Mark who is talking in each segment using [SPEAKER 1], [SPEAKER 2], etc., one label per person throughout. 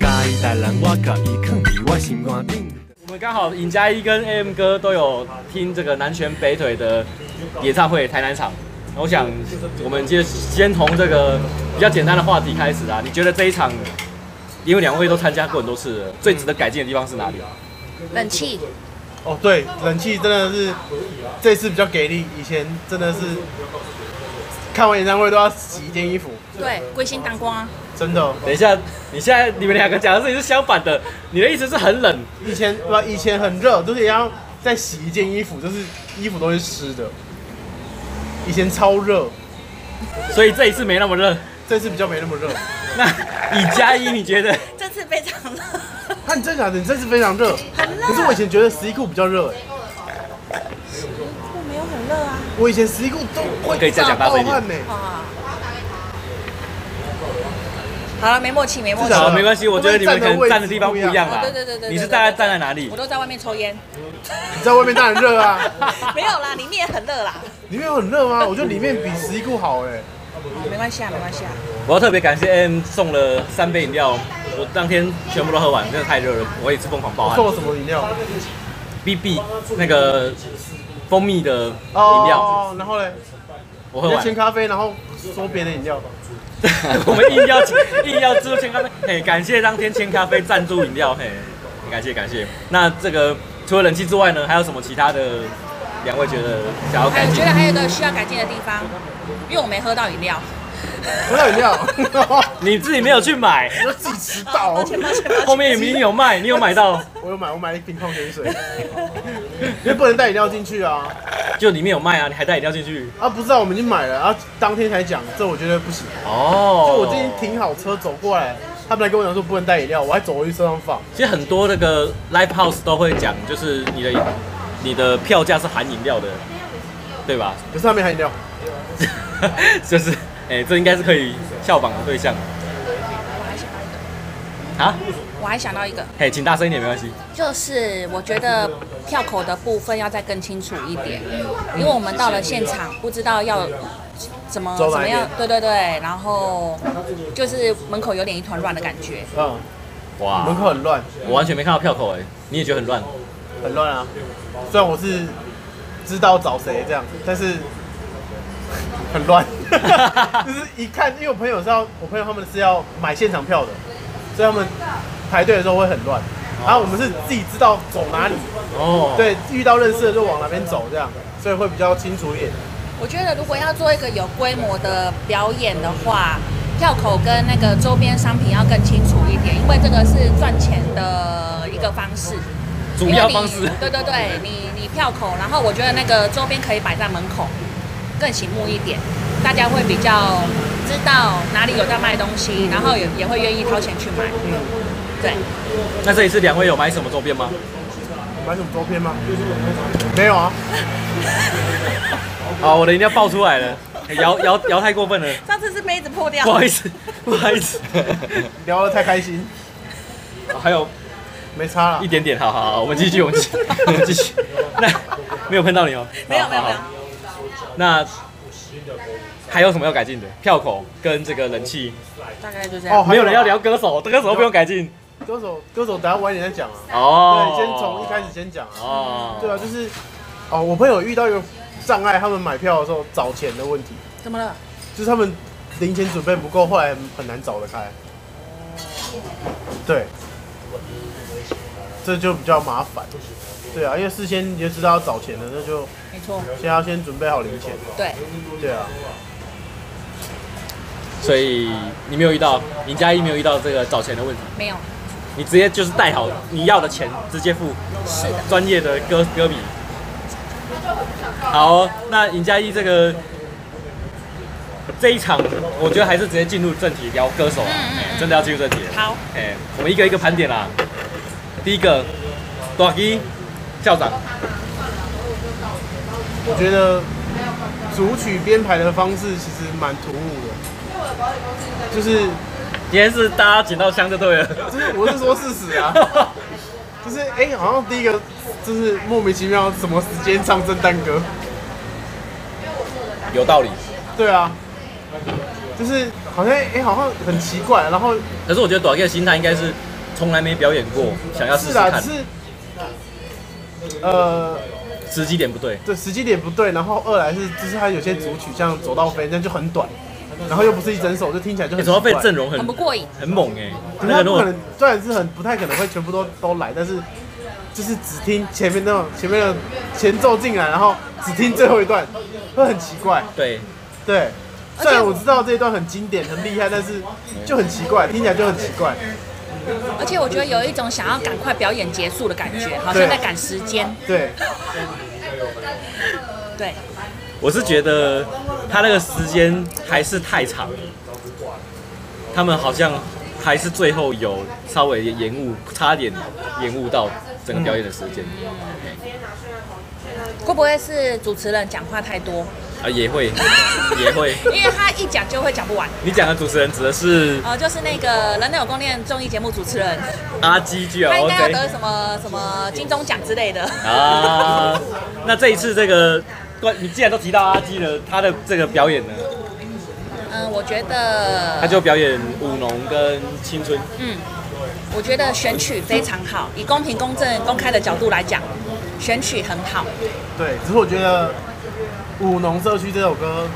[SPEAKER 1] 代人，我甲伊囥伫我心肝顶。
[SPEAKER 2] 我们刚好尹佳一跟 AM 哥都有听这个南拳北腿的演唱会台南场，那我想我们就先从这个比较简单的话题开始啊。你觉得这一场，因为两位都参加过很多次了，最值得改进的地方是哪里？
[SPEAKER 3] 冷气，
[SPEAKER 4] 哦，对，冷气真的是这次比较给力，以前真的是看完演唱会都要洗一件衣服，
[SPEAKER 3] 对，归心当光啊，
[SPEAKER 4] 真的。哦
[SPEAKER 2] 等一下， 你现在你们两个讲的事情是相反的，你的意思是很冷，
[SPEAKER 4] 以前不，以前很热，就是也要再洗一件衣服，就是衣服都是湿的。以前超热，
[SPEAKER 2] 所以这一次没那么热。
[SPEAKER 4] 这次比较没那么热。啊
[SPEAKER 2] 那尹佳一，你觉得？
[SPEAKER 3] 这次非常热，
[SPEAKER 4] 那你真的假的？你这次非常热，
[SPEAKER 3] 很热
[SPEAKER 4] 可是我以前觉得十一裤比较热哎、
[SPEAKER 3] 我没有很热啊，
[SPEAKER 4] 我以前十一裤都会
[SPEAKER 2] 可以再
[SPEAKER 4] 炸
[SPEAKER 2] 讲大
[SPEAKER 4] 爆
[SPEAKER 2] 声一点
[SPEAKER 4] 汗欸呢、
[SPEAKER 3] 哇。 好了，没默契，没默
[SPEAKER 4] 至少
[SPEAKER 3] 契，
[SPEAKER 2] 好，没关 系，我觉得你们可能站的地方不一样啦。
[SPEAKER 3] 对对对对，
[SPEAKER 2] 你是大概站在哪里
[SPEAKER 3] 我？都在外面抽烟，
[SPEAKER 4] 你在外面当然热啊，
[SPEAKER 3] 没有啦，里面也很热啦，
[SPEAKER 4] 里面有很热吗？我觉得里面比十一裤好哎、
[SPEAKER 3] 没关系啊，没关系啊，
[SPEAKER 2] 我要特别感谢 AM 送了三杯饮料，我当天全部都喝完，真的太热了，我也是疯狂爆
[SPEAKER 4] 送
[SPEAKER 3] 哦
[SPEAKER 2] 汗。
[SPEAKER 4] 了什么饮料？
[SPEAKER 2] BB 那个蜂蜜的饮
[SPEAKER 4] 哦，
[SPEAKER 2] 料，
[SPEAKER 4] 然后嘞，
[SPEAKER 2] 我喝
[SPEAKER 4] 你要
[SPEAKER 2] 完
[SPEAKER 4] 签。咖啡，然后说别的饮料。
[SPEAKER 2] 我们硬要硬要支助千咖啡，嘿，感谢当天千咖啡赞助饮料，嘿，感谢感谢。那这个除了冷气之外呢，还有什么其他的？两位觉得想要
[SPEAKER 3] 还
[SPEAKER 2] 改
[SPEAKER 3] 有
[SPEAKER 2] 进
[SPEAKER 3] 觉？得还有一个需要改进的地方，因为我没喝到饮 料，
[SPEAKER 4] 喝到饮料，
[SPEAKER 2] 你自己没有去买，
[SPEAKER 4] 我自己迟到。
[SPEAKER 3] 抱歉抱歉抱歉，
[SPEAKER 2] 后面也明明有卖，你有买到？
[SPEAKER 4] 我有买，我买了一瓶矿泉水，因为不能带饮料进去啊。
[SPEAKER 2] 就里面有卖啊，你还带饮料进去？
[SPEAKER 4] 啊，不知道我们已经买了，然后当天才讲，这我觉得不行。
[SPEAKER 2] 哦，
[SPEAKER 4] 就我今天停好车走过来，他们来跟我讲说不能带饮料，我还走回去车上放。
[SPEAKER 2] 其实很多那个 live house 都会讲，就是你的你的票价是含饮料的，对吧？
[SPEAKER 4] 可是他没含饮料，
[SPEAKER 2] 就是，哎、这应该是可以效仿的对象啊！
[SPEAKER 3] 我还想到一个，
[SPEAKER 2] 嘿，请大声一点，没关系。
[SPEAKER 3] 就是我觉得票口的部分要再更清楚一点，因为我们到了现场不知道要怎么
[SPEAKER 4] 走
[SPEAKER 3] 怎
[SPEAKER 4] 哪
[SPEAKER 3] 么
[SPEAKER 4] 一边
[SPEAKER 3] 样，对对对，然后就是门口有点一团乱的感觉。
[SPEAKER 4] 嗯，
[SPEAKER 2] 哇
[SPEAKER 4] 门，口很乱，
[SPEAKER 2] 我完全没看到票口哎、你也觉得很乱？
[SPEAKER 4] 很乱啊。虽然我是知道找谁这样，但是很乱， 就是一看，因为我朋友是要，我朋友他们是要买现场票的，所以他们排队的时候会很乱。然后我们是自己知道走哪里，
[SPEAKER 2] 哦，，
[SPEAKER 4] 对，遇到认识的就往哪边走这样，所以会比较清楚一点。
[SPEAKER 3] 我觉得如果要做一个有规模的表演的话，票口跟那个周边商品要更清楚一点，因为这个是赚钱的一个方式。
[SPEAKER 2] 主要方式
[SPEAKER 3] 因为你对对对，你你票口，然后我觉得那个周边可以摆在门口，更醒目一点，大家会比较知道哪里有在卖东西，然后也也会愿意掏钱去买。嗯，对，
[SPEAKER 2] 那这一次两位有买什么周边吗？
[SPEAKER 4] 买什么周边吗？没有啊，
[SPEAKER 2] 哦好，我的饮料爆出来了，嘿摇摇摇太过分了，
[SPEAKER 3] 上次是杯子破掉
[SPEAKER 2] 不好意思，不好意思。
[SPEAKER 4] 聊得太开心，
[SPEAKER 2] 还有
[SPEAKER 4] 没差了
[SPEAKER 2] 一。点点，好好好，我们继续，我 们继续，我们继续。那没有碰到你哦，
[SPEAKER 3] 没有没有
[SPEAKER 2] 好好
[SPEAKER 3] 没有
[SPEAKER 2] 好。那还有什么要改进的？票口跟这个人气，
[SPEAKER 3] 大概就这
[SPEAKER 4] 哦
[SPEAKER 3] 样。
[SPEAKER 2] 没有人要聊歌手，歌手不用改进
[SPEAKER 4] 歌手，歌手，等下晚一点再讲啊。
[SPEAKER 2] 哦
[SPEAKER 4] 对，。先从一开始先讲啊。
[SPEAKER 2] 哦，
[SPEAKER 4] 对啊，就是哦，我朋友有遇到一个障碍，他们买票的时候找钱的问题，
[SPEAKER 3] 怎么了？
[SPEAKER 4] 就是他们零钱准备不够，后来很难找得开。对，这就比较麻烦。对啊，因为事先你就知道要找钱了，那就
[SPEAKER 3] 没错，
[SPEAKER 4] 先要先准备好零钱。
[SPEAKER 3] 对。
[SPEAKER 4] 对啊，
[SPEAKER 2] 所以你没有遇到林嘉一没有遇到这个找钱的问题，
[SPEAKER 3] 没有，
[SPEAKER 2] 你直接就是带好你要的钱，直接付
[SPEAKER 3] 是的，
[SPEAKER 2] 专业的歌歌迷。好哦、那尹嘉一这个这一场，我觉得还是直接进入正题聊歌手啊，
[SPEAKER 3] 嗯嗯嗯
[SPEAKER 2] 真的要进入正题了。
[SPEAKER 3] 好，
[SPEAKER 2] 哎，我们一个一个盘点啦。第一个，短一校长，
[SPEAKER 4] 我觉得组曲编排的方式其实蛮突兀的，就是
[SPEAKER 2] 今天是大家捡到香就对了。
[SPEAKER 4] 就是我是说事实啊。就是哎、诶好像第一个就是莫名其妙什么时间唱圣诞歌，
[SPEAKER 2] 有道理。
[SPEAKER 4] 对啊，就是好像哎、诶好像很奇怪，然后
[SPEAKER 2] 可是我觉得短一的心态应该是，从来没表演过，想要试
[SPEAKER 4] 是啊
[SPEAKER 2] 试
[SPEAKER 4] 啦，
[SPEAKER 2] 看
[SPEAKER 4] 只，是呃，
[SPEAKER 2] 时机点不对，
[SPEAKER 4] 对，时机点不对，然后二来是就是它有些组曲像走到飞，那就很短，然后又不是一整首，就听起来就
[SPEAKER 2] 你
[SPEAKER 4] 很
[SPEAKER 2] 主要被
[SPEAKER 4] 奇怪
[SPEAKER 2] 阵容很
[SPEAKER 3] 很不过瘾。
[SPEAKER 2] 很猛哎、
[SPEAKER 4] 可是
[SPEAKER 2] 那个
[SPEAKER 4] 他
[SPEAKER 2] 那
[SPEAKER 4] 不可能
[SPEAKER 2] 种，
[SPEAKER 4] 虽然是很不太可能会全部都都来，但是就是只听前面那种前面的前奏进来，然后只听最后一段，会很奇怪。
[SPEAKER 2] 对，
[SPEAKER 4] 对，
[SPEAKER 3] 而且
[SPEAKER 4] 虽然我知道这一段很经典很厉害，但是就很奇怪，听起来就很奇怪。
[SPEAKER 3] 而且我觉得有一种想要赶快表演结束的感觉，好像在赶时间。
[SPEAKER 4] 对，
[SPEAKER 3] 对，
[SPEAKER 2] 我是觉得他那个时间还是太长了，他们好像还是最后有稍微延误，差点延误到整个表演的时间
[SPEAKER 3] 嗯会不会是主持人讲话太多？
[SPEAKER 2] 啊，也会也会，
[SPEAKER 3] 因为他一讲就会讲不完。
[SPEAKER 2] 你讲的主持人指的是
[SPEAKER 3] 呃，就是那个《人类有宫殿》综艺节目主持人，
[SPEAKER 2] 阿基啊 G L
[SPEAKER 3] 他应
[SPEAKER 2] O
[SPEAKER 3] 该要
[SPEAKER 2] J
[SPEAKER 3] 得什么什么金钟奖之类的。
[SPEAKER 2] 啊，那这一次这个。关，你既然都提到阿基了，他的这个表演呢，
[SPEAKER 3] 嗯，我觉得
[SPEAKER 2] 他就表演舞龙跟青春，
[SPEAKER 3] 我觉得选曲非常好，以公平、公正、公开的角度来讲，选曲很好。
[SPEAKER 4] 对，只是我觉得《舞农社区》这首歌，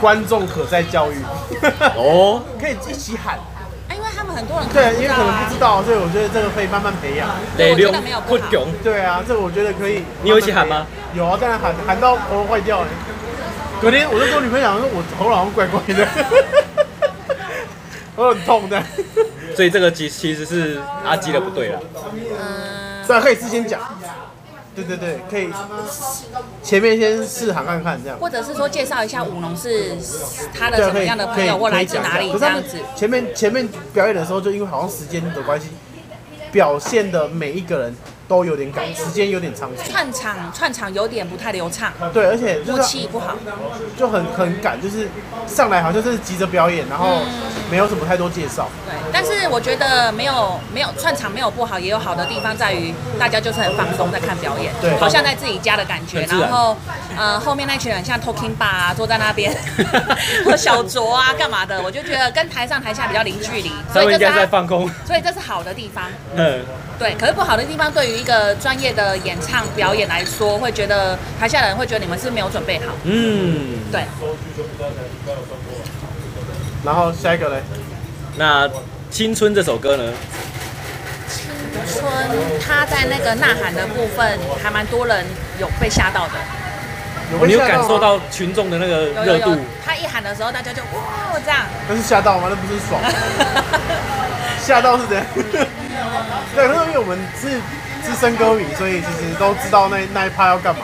[SPEAKER 4] 观众可在教育，
[SPEAKER 2] 哦，
[SPEAKER 4] 可以一起喊。
[SPEAKER 3] 啊，因为他们很多人可能
[SPEAKER 4] 对，因为可能不知
[SPEAKER 3] 道
[SPEAKER 4] 道，所以我觉得这个可以慢慢培养。
[SPEAKER 3] 对我觉得
[SPEAKER 2] 六
[SPEAKER 3] 没有不
[SPEAKER 2] 不
[SPEAKER 3] 好
[SPEAKER 2] 囧，
[SPEAKER 4] 对啊，这我觉得可以。
[SPEAKER 2] 你有一起喊吗？
[SPEAKER 4] 有啊，当然喊，喊到喉咙坏掉了。隔天我就跟我女朋友讲说，我喉咙好像怪怪的， 我很痛的。
[SPEAKER 2] 所以这个其其实是阿基的不对了。
[SPEAKER 3] 啊。嗯，
[SPEAKER 4] 对，可以事先讲。对对对，可以前面先试喊看看这样。
[SPEAKER 3] 或者是说介绍一下舞龙是他的
[SPEAKER 4] 对啊，
[SPEAKER 3] 什
[SPEAKER 4] 可
[SPEAKER 3] 么
[SPEAKER 4] 以
[SPEAKER 3] 样的
[SPEAKER 4] 可
[SPEAKER 3] 朋
[SPEAKER 4] 以
[SPEAKER 3] 友，或
[SPEAKER 4] 可
[SPEAKER 3] 来
[SPEAKER 4] 以
[SPEAKER 3] 自
[SPEAKER 4] 讲一
[SPEAKER 3] 哪
[SPEAKER 4] 下
[SPEAKER 3] 里
[SPEAKER 4] 可是
[SPEAKER 3] 这
[SPEAKER 4] 他
[SPEAKER 3] 样
[SPEAKER 4] 们
[SPEAKER 3] 子。
[SPEAKER 4] 前面前面表演的时候，就因为好像时间的关系，表现的每一个人都有点赶，时间有点仓促。
[SPEAKER 3] 串场串场有点不太流畅，
[SPEAKER 4] 对，而且就
[SPEAKER 3] 默
[SPEAKER 4] 是
[SPEAKER 3] 契不好。
[SPEAKER 4] 就很很赶，就是上来好像就是急着表演，然后
[SPEAKER 3] 嗯
[SPEAKER 4] 没有什么太多介绍。
[SPEAKER 3] 对，但是我觉得没有没有串场没有不好，也有好的地方在于大家就是很放松在看表演，
[SPEAKER 4] 对
[SPEAKER 3] 好像在自己家的感觉。
[SPEAKER 2] 很自然
[SPEAKER 3] 然后呃，后面那群人像 Talking Bar 啊，坐在那 边喝小酌啊，干嘛的，我就觉得跟台上台下比较零距离，
[SPEAKER 2] 他
[SPEAKER 3] 所
[SPEAKER 2] 们
[SPEAKER 3] 以
[SPEAKER 2] 应
[SPEAKER 3] 这
[SPEAKER 2] 该在
[SPEAKER 3] 是他
[SPEAKER 2] 放空，
[SPEAKER 3] 所以这是好的地方。
[SPEAKER 2] 嗯，
[SPEAKER 3] 对，可是不好的地方，对于一个专业的演唱表演来说，会觉得台下的人会觉得你们是没有准备好。
[SPEAKER 2] 嗯，
[SPEAKER 3] 对，
[SPEAKER 4] 然后下一个嘞，
[SPEAKER 2] 那《青春》这首歌呢，
[SPEAKER 3] 春他在那个呐喊的部分，还蛮多人有被吓到的。
[SPEAKER 4] 有被
[SPEAKER 2] 你有
[SPEAKER 4] 吓
[SPEAKER 2] 感
[SPEAKER 4] 吗
[SPEAKER 2] 受？到群众的那个
[SPEAKER 3] 有有
[SPEAKER 2] 热度
[SPEAKER 3] 有，他一喊的时候，大家就哇这样。
[SPEAKER 4] 那是吓到吗？那不是爽，吓到是怎样？ 对，那因为我们是资深歌迷，所以其实都知道那那一趴要干嘛。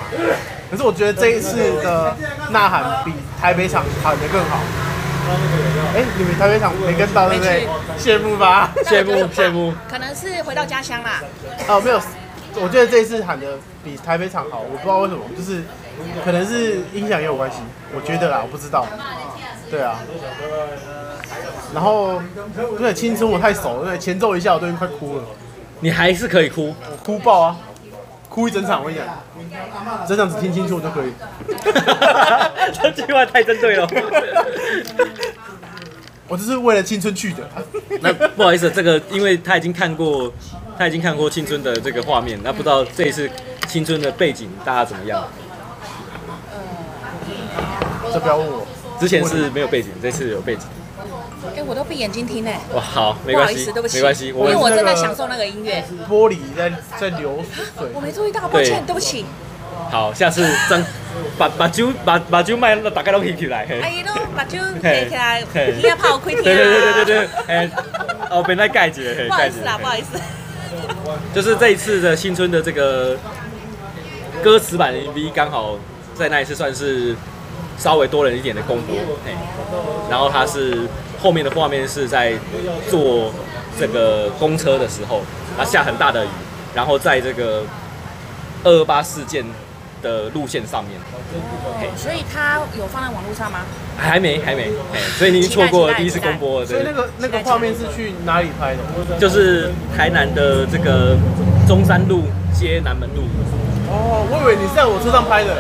[SPEAKER 4] 可是我觉得这一次的呐喊比台北场喊得更好。哎、你们台北场没跟到对不对？羡慕吧？
[SPEAKER 2] 羡 慕羡慕，
[SPEAKER 3] 可能是回到家乡啦，
[SPEAKER 4] 哦，没有，我觉得这一次喊的比台北场好，我不知道为什么，就是可能是音响也有关系，我觉得啦，我不知道。对啊，然后对青春我太熟了，对前奏一下我都已经快哭了，
[SPEAKER 2] 你还是可以 哭，
[SPEAKER 4] 我哭爆啊，哭一整场我跟你讲，整场只听清楚我就可以。
[SPEAKER 2] 这句话太针对 了。
[SPEAKER 4] 我就是为了青春去的。
[SPEAKER 2] 那不好意思，这个因为他已经看过，他已经看过《青春》的这个画面，那不知道这一次《青春》的背景大家怎么样？
[SPEAKER 4] 这不要问我，
[SPEAKER 2] 之前是没有背景，这次有背景。
[SPEAKER 3] 哎、我都闭眼睛听呢、
[SPEAKER 2] 哇，好，没
[SPEAKER 3] 不好
[SPEAKER 2] 关
[SPEAKER 3] 意思，
[SPEAKER 2] 系，
[SPEAKER 3] 对不起，
[SPEAKER 2] 没关系，我
[SPEAKER 3] 因为我
[SPEAKER 2] 们
[SPEAKER 3] 正在享受那个音乐，
[SPEAKER 4] 玻璃在在流水，
[SPEAKER 3] 我没注意到，抱歉，
[SPEAKER 2] 对
[SPEAKER 3] 对不起。
[SPEAKER 2] 好，下次真把把酒把把酒卖大概都起起来。嘿
[SPEAKER 3] 阿姨都把 酒
[SPEAKER 2] 嘿
[SPEAKER 3] 开起来，
[SPEAKER 2] 嘿
[SPEAKER 3] 一下泡开天啊！
[SPEAKER 2] 对对对对对对，哎、 哦，本来盖姐，嘿
[SPEAKER 3] 不好
[SPEAKER 2] 盖
[SPEAKER 3] 意
[SPEAKER 2] 姐
[SPEAKER 3] 思，啦，不 好意思。
[SPEAKER 2] 就是这一次的新春的这个歌词版的 MV，刚好在那一次算是稍微多人一点的公播，嘿，然后它是后面的画面是在坐这个公车的时候，啊下很大的雨，然后在这个二二八事件的路线上面，
[SPEAKER 3] 哦所以他有放在网络上吗？
[SPEAKER 2] 还没还没，嘿，所以你已经错过了第一次公播了，
[SPEAKER 4] 所以
[SPEAKER 2] 对
[SPEAKER 4] 那个那个画面是去哪里拍的？
[SPEAKER 2] 就是台南的这个中山路接南门路，
[SPEAKER 4] 哦，我以为你是在我车上拍的。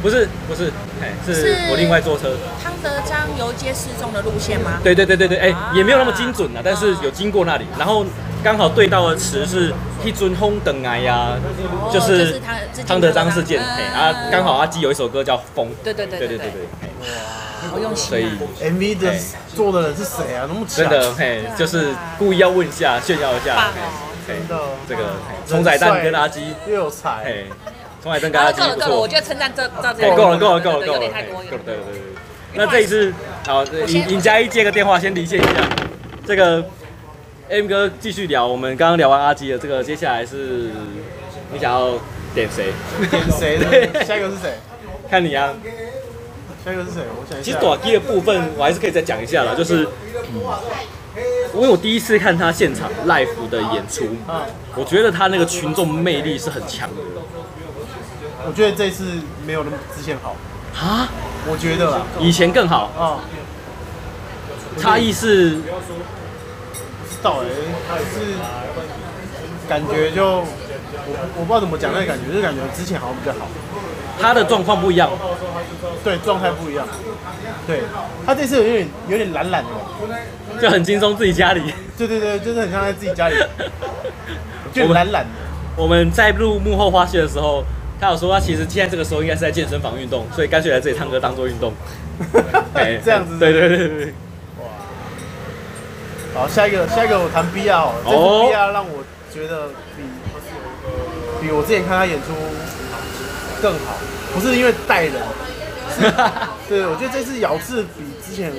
[SPEAKER 2] 不是不是，哎，是
[SPEAKER 3] 是
[SPEAKER 2] 我另外坐车。
[SPEAKER 3] 汤德章游街失踪的路线吗？
[SPEAKER 2] 对对对对对，哎、
[SPEAKER 3] 啊
[SPEAKER 2] 也没有那么精准啊，但是有经过那里。然后刚好对到的词是一尊轰等来呀，就
[SPEAKER 3] 哦就是是他自己
[SPEAKER 2] 汤德章事件，
[SPEAKER 3] 嗯
[SPEAKER 2] 嘿啊，刚好阿基有一首歌叫《风》，
[SPEAKER 3] 对对对
[SPEAKER 2] 对对
[SPEAKER 3] 对
[SPEAKER 2] 对
[SPEAKER 3] 对，
[SPEAKER 2] 对，
[SPEAKER 3] 好用心
[SPEAKER 2] 所以
[SPEAKER 3] 啊！
[SPEAKER 4] MV 的
[SPEAKER 2] 哎
[SPEAKER 4] 做的人是谁啊？那么强，
[SPEAKER 2] 真的嘿，就是故意要问一下，炫耀一下
[SPEAKER 3] 棒，哦
[SPEAKER 2] 嘿
[SPEAKER 4] 真的
[SPEAKER 2] 嘿这个嘿
[SPEAKER 4] 人
[SPEAKER 2] 冲仔蛋
[SPEAKER 4] 帅
[SPEAKER 2] 跟阿基，
[SPEAKER 4] 又有才，
[SPEAKER 2] 嘿，冲仔蛋跟
[SPEAKER 3] 好
[SPEAKER 2] 阿
[SPEAKER 3] 了，
[SPEAKER 2] 基
[SPEAKER 3] 够了
[SPEAKER 2] 不
[SPEAKER 3] 够了，
[SPEAKER 2] 错
[SPEAKER 3] 我，觉得称赞这到这
[SPEAKER 2] 嘿
[SPEAKER 3] 里
[SPEAKER 2] 哎够了够了够了
[SPEAKER 3] 对
[SPEAKER 2] 够
[SPEAKER 3] 有
[SPEAKER 2] 了，嘿
[SPEAKER 3] 点太
[SPEAKER 2] 够
[SPEAKER 3] 多，
[SPEAKER 2] 了
[SPEAKER 3] 有
[SPEAKER 2] 对
[SPEAKER 3] 点
[SPEAKER 2] 对对。对那这一次，好，
[SPEAKER 3] 我先
[SPEAKER 2] 尹尹佳一接个电话，先离线一下，这个 M 哥继续聊，我们刚刚聊完阿基的这个，接下来是你想要点谁？
[SPEAKER 4] 点谁呢？下一个是谁？
[SPEAKER 2] 看你啊。
[SPEAKER 4] 下一个是谁？我想一
[SPEAKER 2] 其
[SPEAKER 4] 下。
[SPEAKER 2] 实短笛的部分我还是可以再讲一下啦，就是，嗯因为我第一次看他现场 live 的演出，
[SPEAKER 4] 嗯，
[SPEAKER 2] 我觉得他那个群众魅力是很强的
[SPEAKER 4] 我觉得这次没有那么之前好，
[SPEAKER 2] 啊，
[SPEAKER 4] 我觉得啦，
[SPEAKER 2] 以前更好，
[SPEAKER 4] 啊，
[SPEAKER 2] 差异是
[SPEAKER 4] 不知道哎、就是感觉就我我不知道怎么讲那个感觉，就是感觉之前好像比较好，
[SPEAKER 2] 他的状况不一样，
[SPEAKER 4] 对，状态不一样，对他这次有点有点懒懒的，
[SPEAKER 2] 就很轻松自己家里。
[SPEAKER 4] 对对对，就是很像在自己家里，就
[SPEAKER 2] 我们
[SPEAKER 4] 懒懒的，
[SPEAKER 2] 我们在录幕后花絮的时候，他有说他啊其实现在这个时候应该是在健身房运动，所以干脆来这里唱歌当做运 动。哎
[SPEAKER 4] 这样子，
[SPEAKER 2] 对 对对 对对，
[SPEAKER 4] 好，下一个下一个我谈 BR 好了，这次
[SPEAKER 2] 哦
[SPEAKER 4] BR 让我觉得比比我之前看他演出更好，不是因为带人，对我觉得这次咬字比之前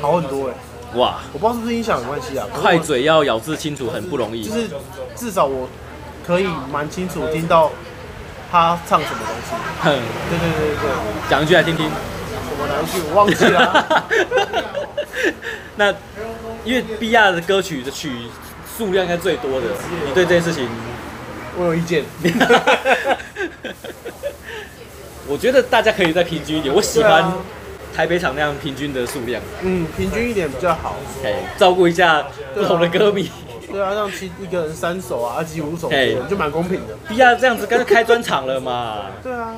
[SPEAKER 4] 好很多哎、
[SPEAKER 2] 哇，
[SPEAKER 4] 我不知道是不是音响有关系啊，可是我
[SPEAKER 2] 快嘴要咬字清楚很不容易
[SPEAKER 4] 就。是至少我可以蛮清楚听到他唱什么东西，
[SPEAKER 2] 哼，
[SPEAKER 4] 对对对对对，
[SPEAKER 2] 讲一句来听听。
[SPEAKER 4] 什么哪一句我忘记了，
[SPEAKER 2] 那因为 B R 的歌曲的曲数量应该最多的，你对这件事 情，
[SPEAKER 4] 我有意见，
[SPEAKER 2] 我觉得大家可以再平均一点。我喜
[SPEAKER 4] 对
[SPEAKER 2] 欢
[SPEAKER 4] 啊
[SPEAKER 2] 台北场那样平均的数量，
[SPEAKER 4] 嗯，平均一点比较好，
[SPEAKER 2] 哎，照顾一下不同的歌迷。
[SPEAKER 4] 对啊，让其一个人三首啊，阿吉五首
[SPEAKER 2] 哎
[SPEAKER 4] 就蛮公平的，
[SPEAKER 2] B R 这样子干脆开专场了嘛？
[SPEAKER 4] 对啊，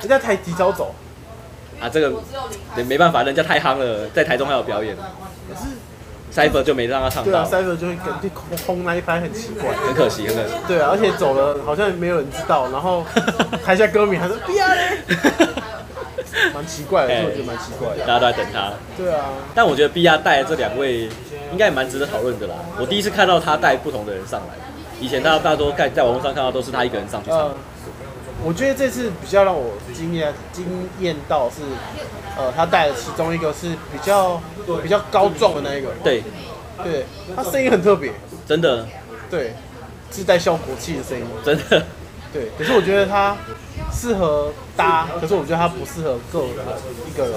[SPEAKER 4] 人家台提早走，
[SPEAKER 2] 啊，这个对没办法，人家太夯了，在台中还有表演
[SPEAKER 4] 可是
[SPEAKER 2] ，Cypher 就没让他唱
[SPEAKER 4] 对啊
[SPEAKER 2] 到，
[SPEAKER 4] ，Cypher 就会感觉空空那一拍很奇怪。
[SPEAKER 2] 很可惜，很可 惜。
[SPEAKER 4] 对啊，而且走了好像没有人知道，然后台下歌迷还说不要嘞， 蛮奇怪的，
[SPEAKER 2] 哎
[SPEAKER 4] 这我觉得蛮奇怪的。
[SPEAKER 2] 大家都在等他。
[SPEAKER 4] 对啊，
[SPEAKER 2] 但我觉得 B R 带的这两位应该也蛮值得讨论的啦。我第一次看到他带不同的人上来，以前大家大多看在网络上看到都是他一个人上去唱
[SPEAKER 4] 呃，，我觉得这次比较让我惊艳惊艳到是，呃，他带的其中一个是比较比较高壮的那一个，
[SPEAKER 2] 对，
[SPEAKER 4] 对，他声音很特别，
[SPEAKER 2] 真的
[SPEAKER 4] 对，自带效果器的声音，
[SPEAKER 2] 真的，
[SPEAKER 4] 对。可是我觉得他适合搭，可是我觉得他不适合个人一个人。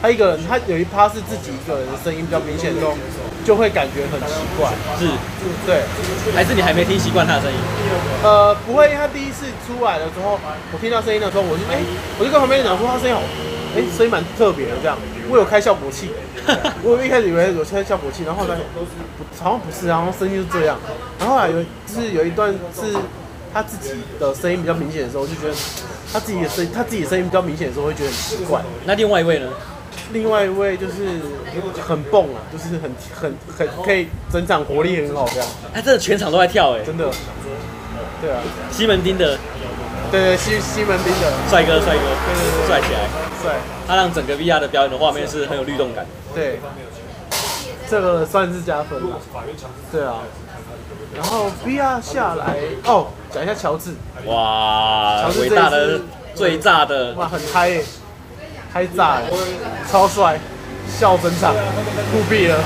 [SPEAKER 4] 他一个人，他有一趴是自己一个人的声音比较明显的时候，就会感觉很奇怪。
[SPEAKER 2] 是
[SPEAKER 4] 对，
[SPEAKER 2] 还是你还没听习惯他的声音？
[SPEAKER 4] 呃，不会，因为他第一次出来的时候，我听到声音的时候，我就哎、我就跟旁边人讲说他声音好，哎、声音蛮特别的这样。我有开效果器，我一开始以为有开效果器，然后后来不好像不是，然后声音就这样。然后后来有就是有一段是他自己的声音比较明显的时候，我就觉得他自己的声他自己的声音比较明显的时候，会觉得很奇怪。
[SPEAKER 2] 那另外一位呢？
[SPEAKER 4] 另外一位就是很蹦啊，就是很很很可以整场活力很好这样，
[SPEAKER 2] 他真的全场都在跳哎、
[SPEAKER 4] 真的。对啊，
[SPEAKER 2] 西门町的
[SPEAKER 4] 对对西西门町的。
[SPEAKER 2] 帅哥，帅哥
[SPEAKER 4] 对对，
[SPEAKER 2] 帅起来，
[SPEAKER 4] 对
[SPEAKER 2] 他让整个 V R 的表演的画面是很有律动感的。
[SPEAKER 4] 对，这个算是加分了。对啊，然后 VR 下来哦，讲一下乔治，
[SPEAKER 2] 哇
[SPEAKER 4] 乔，治
[SPEAKER 2] 伟大
[SPEAKER 4] 这一
[SPEAKER 2] 的
[SPEAKER 4] 次
[SPEAKER 2] 最炸的
[SPEAKER 4] 哇，很嗨耶，嗨炸耶，超帅，笑整场，酷毙了。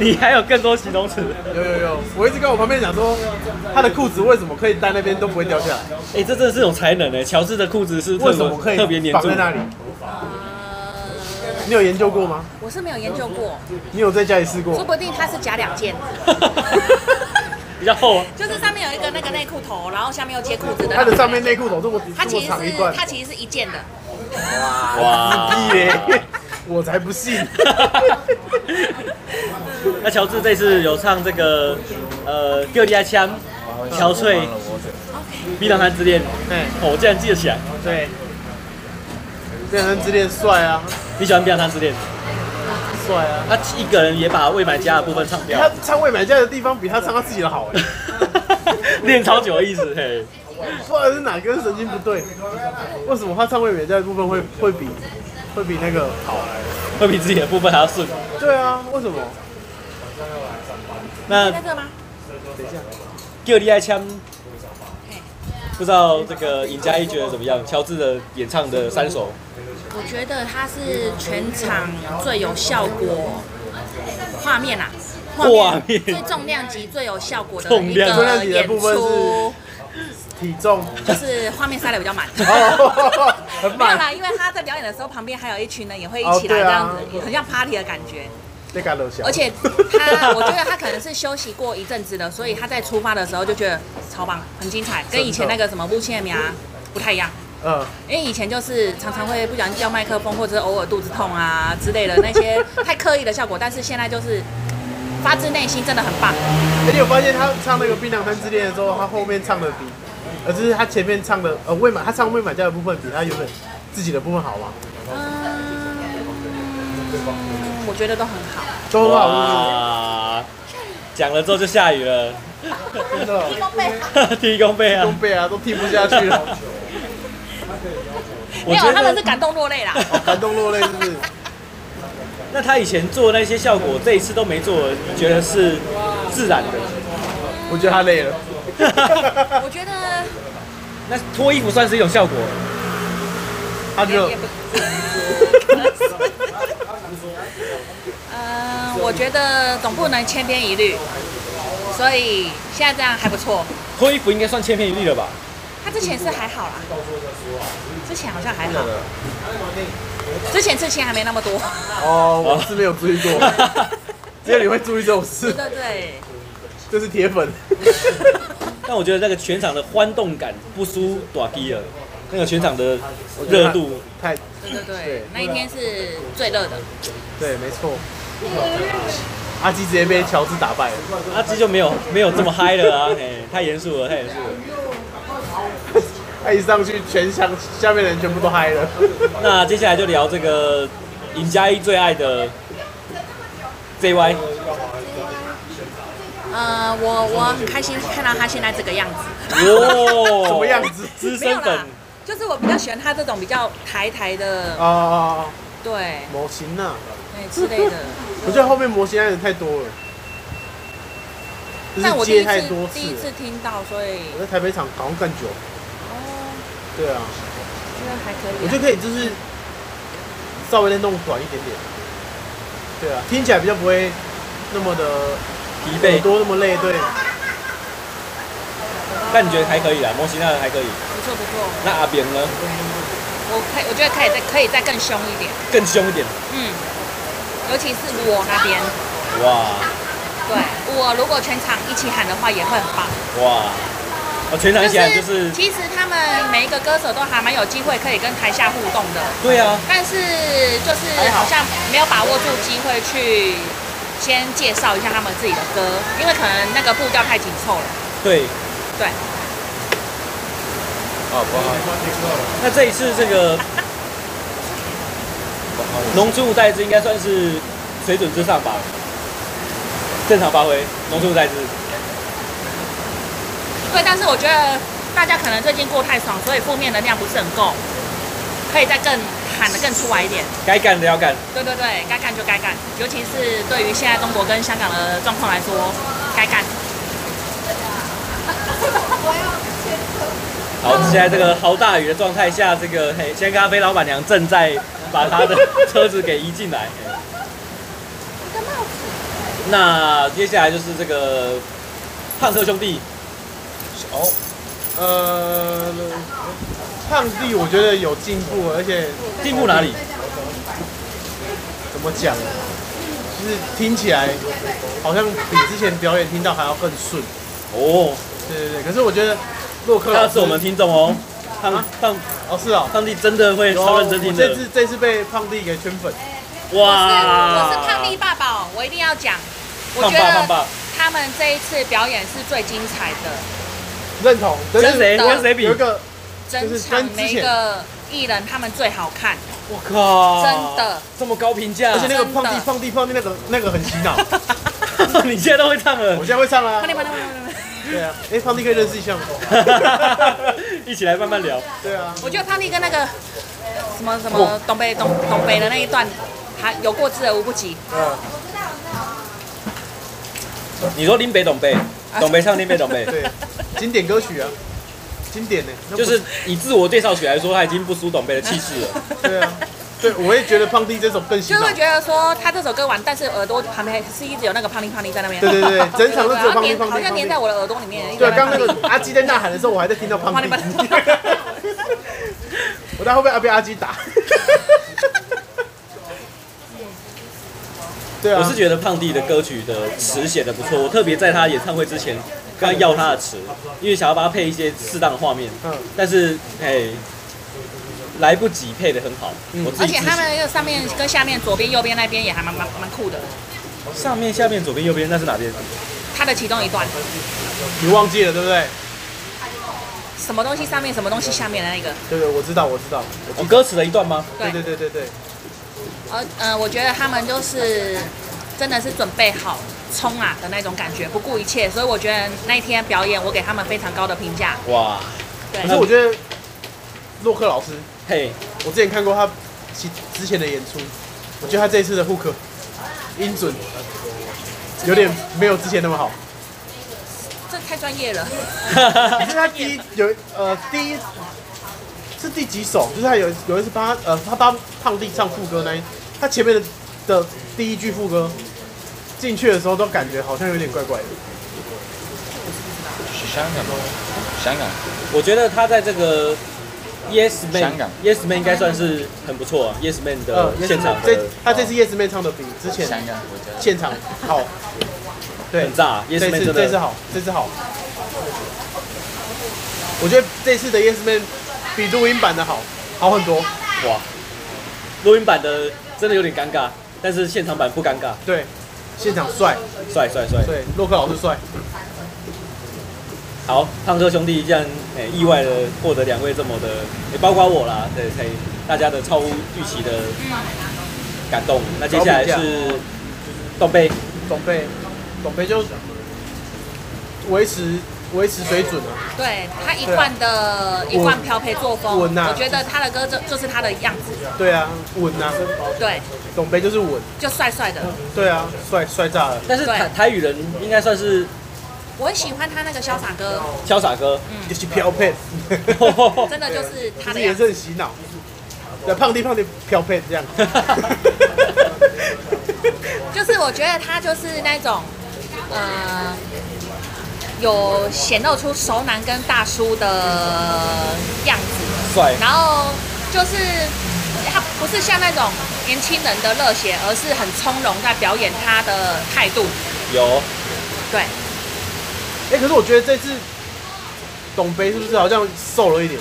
[SPEAKER 2] 你还有更多形容词？
[SPEAKER 4] 有有有，我一直跟我旁边讲说，他的裤子为什么可以在那边都不会掉下来？
[SPEAKER 2] 哎、这真的是一种才能哎、乔治的裤子是特
[SPEAKER 4] 为什么可以
[SPEAKER 2] 特别粘
[SPEAKER 4] 绑
[SPEAKER 2] 住
[SPEAKER 4] 在那里？
[SPEAKER 3] 呃，
[SPEAKER 4] 你有研究过吗？
[SPEAKER 3] 我是没有研究过，
[SPEAKER 4] 你有在家里试过
[SPEAKER 3] 说？不定它是夹 两件，
[SPEAKER 2] 比较厚啊。
[SPEAKER 3] 就是上面有一个那个内裤头，然后下面又接裤子的。
[SPEAKER 4] 他的上面内裤头这么
[SPEAKER 3] 它
[SPEAKER 4] 这么
[SPEAKER 3] 其实
[SPEAKER 4] 长一
[SPEAKER 3] 是
[SPEAKER 4] 段，
[SPEAKER 3] 它其实是一件的，
[SPEAKER 2] 哇
[SPEAKER 4] 屁啊耶！我才不 信。
[SPEAKER 2] 那乔治这次有唱这个呃《各地爱枪》、乔翠、《碧浪男之恋》，
[SPEAKER 4] 哎，
[SPEAKER 2] 哦，我竟然记得起来。
[SPEAKER 4] 对，变成之恋帅啊，
[SPEAKER 2] 你喜欢《碧浪男之恋》？帅啊！他一个人也把未买家的部分唱掉
[SPEAKER 4] 他，唱未买家的地方比他唱他自己的好哎、
[SPEAKER 2] 练超久的意思嘿。
[SPEAKER 4] 不知道是哪根神经不对，为什么他唱未美家的部分会会比会比那个好？
[SPEAKER 2] 会比自己的部分还要顺。
[SPEAKER 4] 对啊，为什么？
[SPEAKER 2] 那
[SPEAKER 3] 那个吗？
[SPEAKER 2] g 利爱枪，不知道这个尹佳一觉得怎么样？乔治的演唱的三首，
[SPEAKER 3] 我觉得他是全场最有效果画面啊，
[SPEAKER 2] 画面
[SPEAKER 3] 最重量级最有效果的
[SPEAKER 2] 重
[SPEAKER 3] 一
[SPEAKER 2] 量
[SPEAKER 4] 重量
[SPEAKER 3] 个
[SPEAKER 4] 级的
[SPEAKER 3] 演
[SPEAKER 4] 部分是
[SPEAKER 3] 出，
[SPEAKER 4] 体重
[SPEAKER 3] 就是画面塞的比较满。
[SPEAKER 4] 哦很满
[SPEAKER 3] 没有啦，因为他在表演的时候，旁边还有一群人也会一
[SPEAKER 4] 哦
[SPEAKER 3] 起来
[SPEAKER 4] 对
[SPEAKER 3] 这
[SPEAKER 4] 啊
[SPEAKER 3] 样子，很像 party 的感觉。
[SPEAKER 4] 那个楼下，
[SPEAKER 3] 而且他，我觉得他可能是休息过一阵子的，所以他在出发的时候就觉得超棒，很精彩，跟以前那个什么木切米啊不太一样。
[SPEAKER 4] 嗯，
[SPEAKER 3] 因为以前就是常常会不小心掉麦克风，或者是偶尔肚子痛啊之类的那些太刻意的效果，但是现在就是发自内心，真的很棒。
[SPEAKER 4] 而且我发现他唱那个《槟榔摊之恋》的时候，他后面唱的比，呃，就是他前面唱的呃未满，他唱未满家的部分比他原本自己的部分好吗？
[SPEAKER 3] 嗯，我觉得都很好。
[SPEAKER 4] 都很好，
[SPEAKER 2] 哇，讲了之后就下雨了，
[SPEAKER 4] 真的，
[SPEAKER 2] 提供费啊
[SPEAKER 4] 东！北啊都听不下去了，
[SPEAKER 2] 我
[SPEAKER 3] 没
[SPEAKER 2] 觉
[SPEAKER 3] 有，他们是
[SPEAKER 2] 得，
[SPEAKER 3] 感动 落泪啦。
[SPEAKER 4] 哦感动落泪是不是？
[SPEAKER 2] 那他以前做那些效果，这一次都没做，你觉得是自然的？
[SPEAKER 4] 我觉得他累了，
[SPEAKER 3] 我觉得
[SPEAKER 2] 那脱衣服算是一种 效果，
[SPEAKER 4] 他就
[SPEAKER 3] 也不。 嗯，我觉得总不能千篇一律，所以现在这样还不错。
[SPEAKER 2] 脱衣服应该算千篇一律了吧？
[SPEAKER 3] 他之前是还好啦，之前好像还好，之前刺青还没那么多。
[SPEAKER 4] 哦，我是没有注意过，只有你会注意这种事
[SPEAKER 3] 对，对对，
[SPEAKER 4] 就是铁粉。
[SPEAKER 2] 但我觉得那个全场的欢动感不输短笛了，那个全场的热度。
[SPEAKER 4] 太
[SPEAKER 3] 对对
[SPEAKER 4] 对
[SPEAKER 3] 对，那一天是最热的。
[SPEAKER 4] 对，没错。阿基直接被乔治打败了，
[SPEAKER 2] 阿基就没有没有这么嗨了 啊，嘿，太严肃了，太严肃了。
[SPEAKER 4] 他一上去，全场下面的人全部都嗨了。
[SPEAKER 2] 那接下来就聊这个尹佳一最爱的 JY，
[SPEAKER 3] 呃，我我很开心看到他现在这个样子。
[SPEAKER 2] 哦，
[SPEAKER 4] 什么样子
[SPEAKER 2] 资
[SPEAKER 3] 没有
[SPEAKER 2] 深粉
[SPEAKER 3] 啦，就是我比较喜欢他这种比较台台
[SPEAKER 2] 哦
[SPEAKER 3] 的，
[SPEAKER 4] 啊，
[SPEAKER 3] 对，
[SPEAKER 4] 模型呐、
[SPEAKER 3] 对之类的。
[SPEAKER 4] 我觉得后面模型爱人太多了， 就
[SPEAKER 3] 但我
[SPEAKER 4] 是
[SPEAKER 3] 第
[SPEAKER 4] 接
[SPEAKER 3] 一
[SPEAKER 4] 太
[SPEAKER 3] 次
[SPEAKER 4] 多次
[SPEAKER 3] 第一次
[SPEAKER 4] 了。
[SPEAKER 3] 听到，所以
[SPEAKER 4] 我在台北场好像更久。
[SPEAKER 3] 哦，
[SPEAKER 4] 对啊，
[SPEAKER 3] 觉得还可以啊、
[SPEAKER 4] 我就可以就是稍微再弄短一点点。对啊，听起来比较不会那么的
[SPEAKER 2] 疲
[SPEAKER 4] 耳
[SPEAKER 2] 惫，
[SPEAKER 4] 朵那么累。对，
[SPEAKER 2] 但你觉得还可以啦，模型那还可以。
[SPEAKER 3] 不错不错，
[SPEAKER 2] 那阿扁呢，
[SPEAKER 3] 我可以我觉得可以再可以再更凶一点，
[SPEAKER 2] 更凶一点，
[SPEAKER 3] 嗯，尤其是我那边，
[SPEAKER 2] 哇
[SPEAKER 3] 对我如果全场一起喊的话也会很棒。
[SPEAKER 2] 哇，我全场一起来就是，
[SPEAKER 3] 其实他们每一个歌手都还蛮有机会可以跟台下互动的，
[SPEAKER 2] 对啊，
[SPEAKER 3] 但是就是好像没有把握住机会去先介绍一下他们自己的歌，因为可能那个步调太紧凑了。
[SPEAKER 2] 对。
[SPEAKER 3] 对，
[SPEAKER 4] 哦
[SPEAKER 2] 那这一次这个龙珠五代之应该算是水准之上吧，正常发挥，龙珠五代之。
[SPEAKER 3] 对，但是我觉得大家可能最近过太爽，所以负面能量不是很够，可以再更喊得更出来一点。
[SPEAKER 2] 该干的要干，
[SPEAKER 3] 对对对，该干就该干，尤其是对于现在中国跟香港的状况来说，该干。
[SPEAKER 2] 好，现在这个好大雨的状态下，这个嘿，鲜咖啡老板娘正在把她的车子给移进来。那接下来就是这个胖特兄弟，哦，
[SPEAKER 4] 呃，胖弟我觉得有进步，而且
[SPEAKER 2] 进步哪里？
[SPEAKER 4] 怎么讲，啊就是听起来好像比之前表演听到还要更顺。
[SPEAKER 2] 哦，
[SPEAKER 4] 对对对，可是我觉得洛克
[SPEAKER 2] 他
[SPEAKER 4] 老
[SPEAKER 2] 是
[SPEAKER 4] 师，
[SPEAKER 2] 我们听众哦，胖胖
[SPEAKER 4] 哦是哦，
[SPEAKER 2] 胖弟真的会超认真
[SPEAKER 4] 我
[SPEAKER 2] 听
[SPEAKER 4] 这
[SPEAKER 2] 的，
[SPEAKER 4] 次这次被胖弟给圈粉，
[SPEAKER 3] 我
[SPEAKER 2] 哇！
[SPEAKER 3] 是胖弟爸爸，我一定要讲。我
[SPEAKER 2] 棒
[SPEAKER 3] 觉
[SPEAKER 2] 爸棒爸
[SPEAKER 3] 得，他们这一次表演是最精彩的，
[SPEAKER 4] 认同。但
[SPEAKER 2] 跟
[SPEAKER 4] 是
[SPEAKER 2] 谁跟谁比啊
[SPEAKER 4] 有？一个
[SPEAKER 3] 整
[SPEAKER 4] 就是
[SPEAKER 3] 场
[SPEAKER 4] 跟之前
[SPEAKER 3] 每一个艺人他们最好看，
[SPEAKER 2] 我靠，
[SPEAKER 3] 真的
[SPEAKER 2] 这么高评价，
[SPEAKER 4] 而且那个
[SPEAKER 3] 真的
[SPEAKER 4] 胖弟胖弟胖弟那个那个很洗 脑，
[SPEAKER 2] 你现在都会唱了
[SPEAKER 4] 我，现在会唱啦、
[SPEAKER 3] 快点快点快点快点！
[SPEAKER 4] 对啊，哎、胖弟可以认识一下吗？
[SPEAKER 2] 一起来慢慢聊。
[SPEAKER 4] 对啊，
[SPEAKER 3] 我觉得胖弟跟那个什么什
[SPEAKER 2] 哦
[SPEAKER 3] 么东北东东北的那一段，还有过之而无不及。
[SPEAKER 4] 嗯，
[SPEAKER 2] 你说林北懂北，
[SPEAKER 3] 啊
[SPEAKER 2] 懂北唱林北懂北，
[SPEAKER 4] 对，经典歌曲啊，经典呢、那不
[SPEAKER 2] 就是以自我介绍曲来说，他已经不输懂北的气势了。
[SPEAKER 4] 对啊，对，我也觉得胖弟这首更洗
[SPEAKER 3] 就
[SPEAKER 4] 脑
[SPEAKER 3] 会。觉得说他这首歌完，但是耳朵旁边还是一直有那个胖丁胖丁在那边。
[SPEAKER 4] 对对对整场都只有胖丁
[SPEAKER 3] 对对对
[SPEAKER 4] 胖丁
[SPEAKER 3] 好像粘在我的耳朵里面。
[SPEAKER 4] 对啊，刚
[SPEAKER 3] 一
[SPEAKER 4] 刚
[SPEAKER 3] 直
[SPEAKER 4] 那
[SPEAKER 3] 在
[SPEAKER 4] 个阿基在呐喊的时候，我还在听到胖弟
[SPEAKER 3] 胖弟胖弟。
[SPEAKER 4] 我待会不会被阿基打？ 对啊，
[SPEAKER 2] 我是觉得胖弟的歌曲的词写的不错，我特别在他演唱会之前刚要他的词，因为想要帮他配一些适当的画面，
[SPEAKER 4] 嗯
[SPEAKER 2] 但是哎来不及配的很好，我自
[SPEAKER 3] 嗯而
[SPEAKER 2] 己
[SPEAKER 3] 且
[SPEAKER 2] 自
[SPEAKER 3] 他
[SPEAKER 2] 己
[SPEAKER 3] 们那个上面跟下面、左边、右边那边也还蛮蛮蛮酷的，
[SPEAKER 2] 上面、下面、左边、右边那是哪边？
[SPEAKER 3] 他的其中一段，
[SPEAKER 4] 你忘记了，对不对？
[SPEAKER 3] 什么东西上面，什么东西下面的那个，
[SPEAKER 4] 对对，我知道，我知道。
[SPEAKER 2] 我哦歌词的一段吗？
[SPEAKER 4] 对对
[SPEAKER 3] 对，
[SPEAKER 4] 对对对，
[SPEAKER 3] 呃呃，我觉得他们就是真的是准备好冲啊的那种感觉，不顾一切，所以我觉得那一天表演，我给他们非常高的评价。
[SPEAKER 2] 哇，
[SPEAKER 3] 对
[SPEAKER 4] 可是，我觉得洛克老师，
[SPEAKER 2] 嘿，
[SPEAKER 4] 我之前看过他其之前的演出，我觉得他这一次的 hook 音准有点没有之前那么好。
[SPEAKER 3] 这太专 业了。
[SPEAKER 4] 可是他第一有呃第一是第几首？就是他有有一次帮他呃他帮胖弟唱副歌那一，他前面的的第一句副歌进去的时候都感觉好像有点怪怪的。
[SPEAKER 5] 香港，香港，
[SPEAKER 2] 我觉得他在这个 Yes Man
[SPEAKER 5] 香港
[SPEAKER 2] Yes Man 应该算是很不错、啊、，Yes Man 的
[SPEAKER 4] 呃，Yes
[SPEAKER 2] 现场
[SPEAKER 4] Man，这
[SPEAKER 2] 的哦
[SPEAKER 4] 他这次 Yes Man 唱的比之前
[SPEAKER 5] 香港，我觉得。
[SPEAKER 4] 现场好，对
[SPEAKER 2] 很，炸，Yes
[SPEAKER 4] 这
[SPEAKER 2] Man
[SPEAKER 4] 次
[SPEAKER 2] 真
[SPEAKER 4] 这次
[SPEAKER 2] 的
[SPEAKER 4] 好，这次好。我觉得这次的 Yes Man 比录音版的好，好很多。
[SPEAKER 2] 哇，录音版的真的有点尴尬，但是现场版不尴尬，
[SPEAKER 4] 对，现场帅，
[SPEAKER 2] 帅帅帅。
[SPEAKER 4] 对，洛克老师帅。
[SPEAKER 2] 好，胖哥兄弟这样诶、意外的获得两位这么的，也、包括我啦，对，才大家的超乎预期的感动。
[SPEAKER 4] 嗯
[SPEAKER 2] 那接下来
[SPEAKER 4] 高
[SPEAKER 2] 是东北，
[SPEAKER 4] 董贝，董贝就维持维持水准啊，
[SPEAKER 3] 对他一贯的、一贯漂配作风，
[SPEAKER 4] 稳啊
[SPEAKER 3] 我觉得他的歌就就是他的样子，
[SPEAKER 4] 对啊，稳啊，
[SPEAKER 3] 对，
[SPEAKER 4] 董贝就是稳，
[SPEAKER 3] 就帅帅的。
[SPEAKER 4] 对啊，帅帅炸了，
[SPEAKER 2] 但是台台语人应该算是
[SPEAKER 3] 我很喜欢他那个潇洒歌，
[SPEAKER 2] 潇洒哥，
[SPEAKER 4] 就是飘 配，
[SPEAKER 3] 嗯 真的就是他的
[SPEAKER 4] 就是也
[SPEAKER 3] 样
[SPEAKER 4] 是
[SPEAKER 3] 子。
[SPEAKER 4] 很洗脑，对，胖弟胖弟飘配 这样，
[SPEAKER 3] 就是我觉得他就是那种，呃，有显露出熟男跟大叔的样子，
[SPEAKER 2] 帅，
[SPEAKER 3] 然后就是他不是像那种年轻人的热血，而是很从容在表演他的态度。
[SPEAKER 2] 有
[SPEAKER 3] 对，
[SPEAKER 4] 哎、可是我觉得这次董贝是不是好像瘦了一点？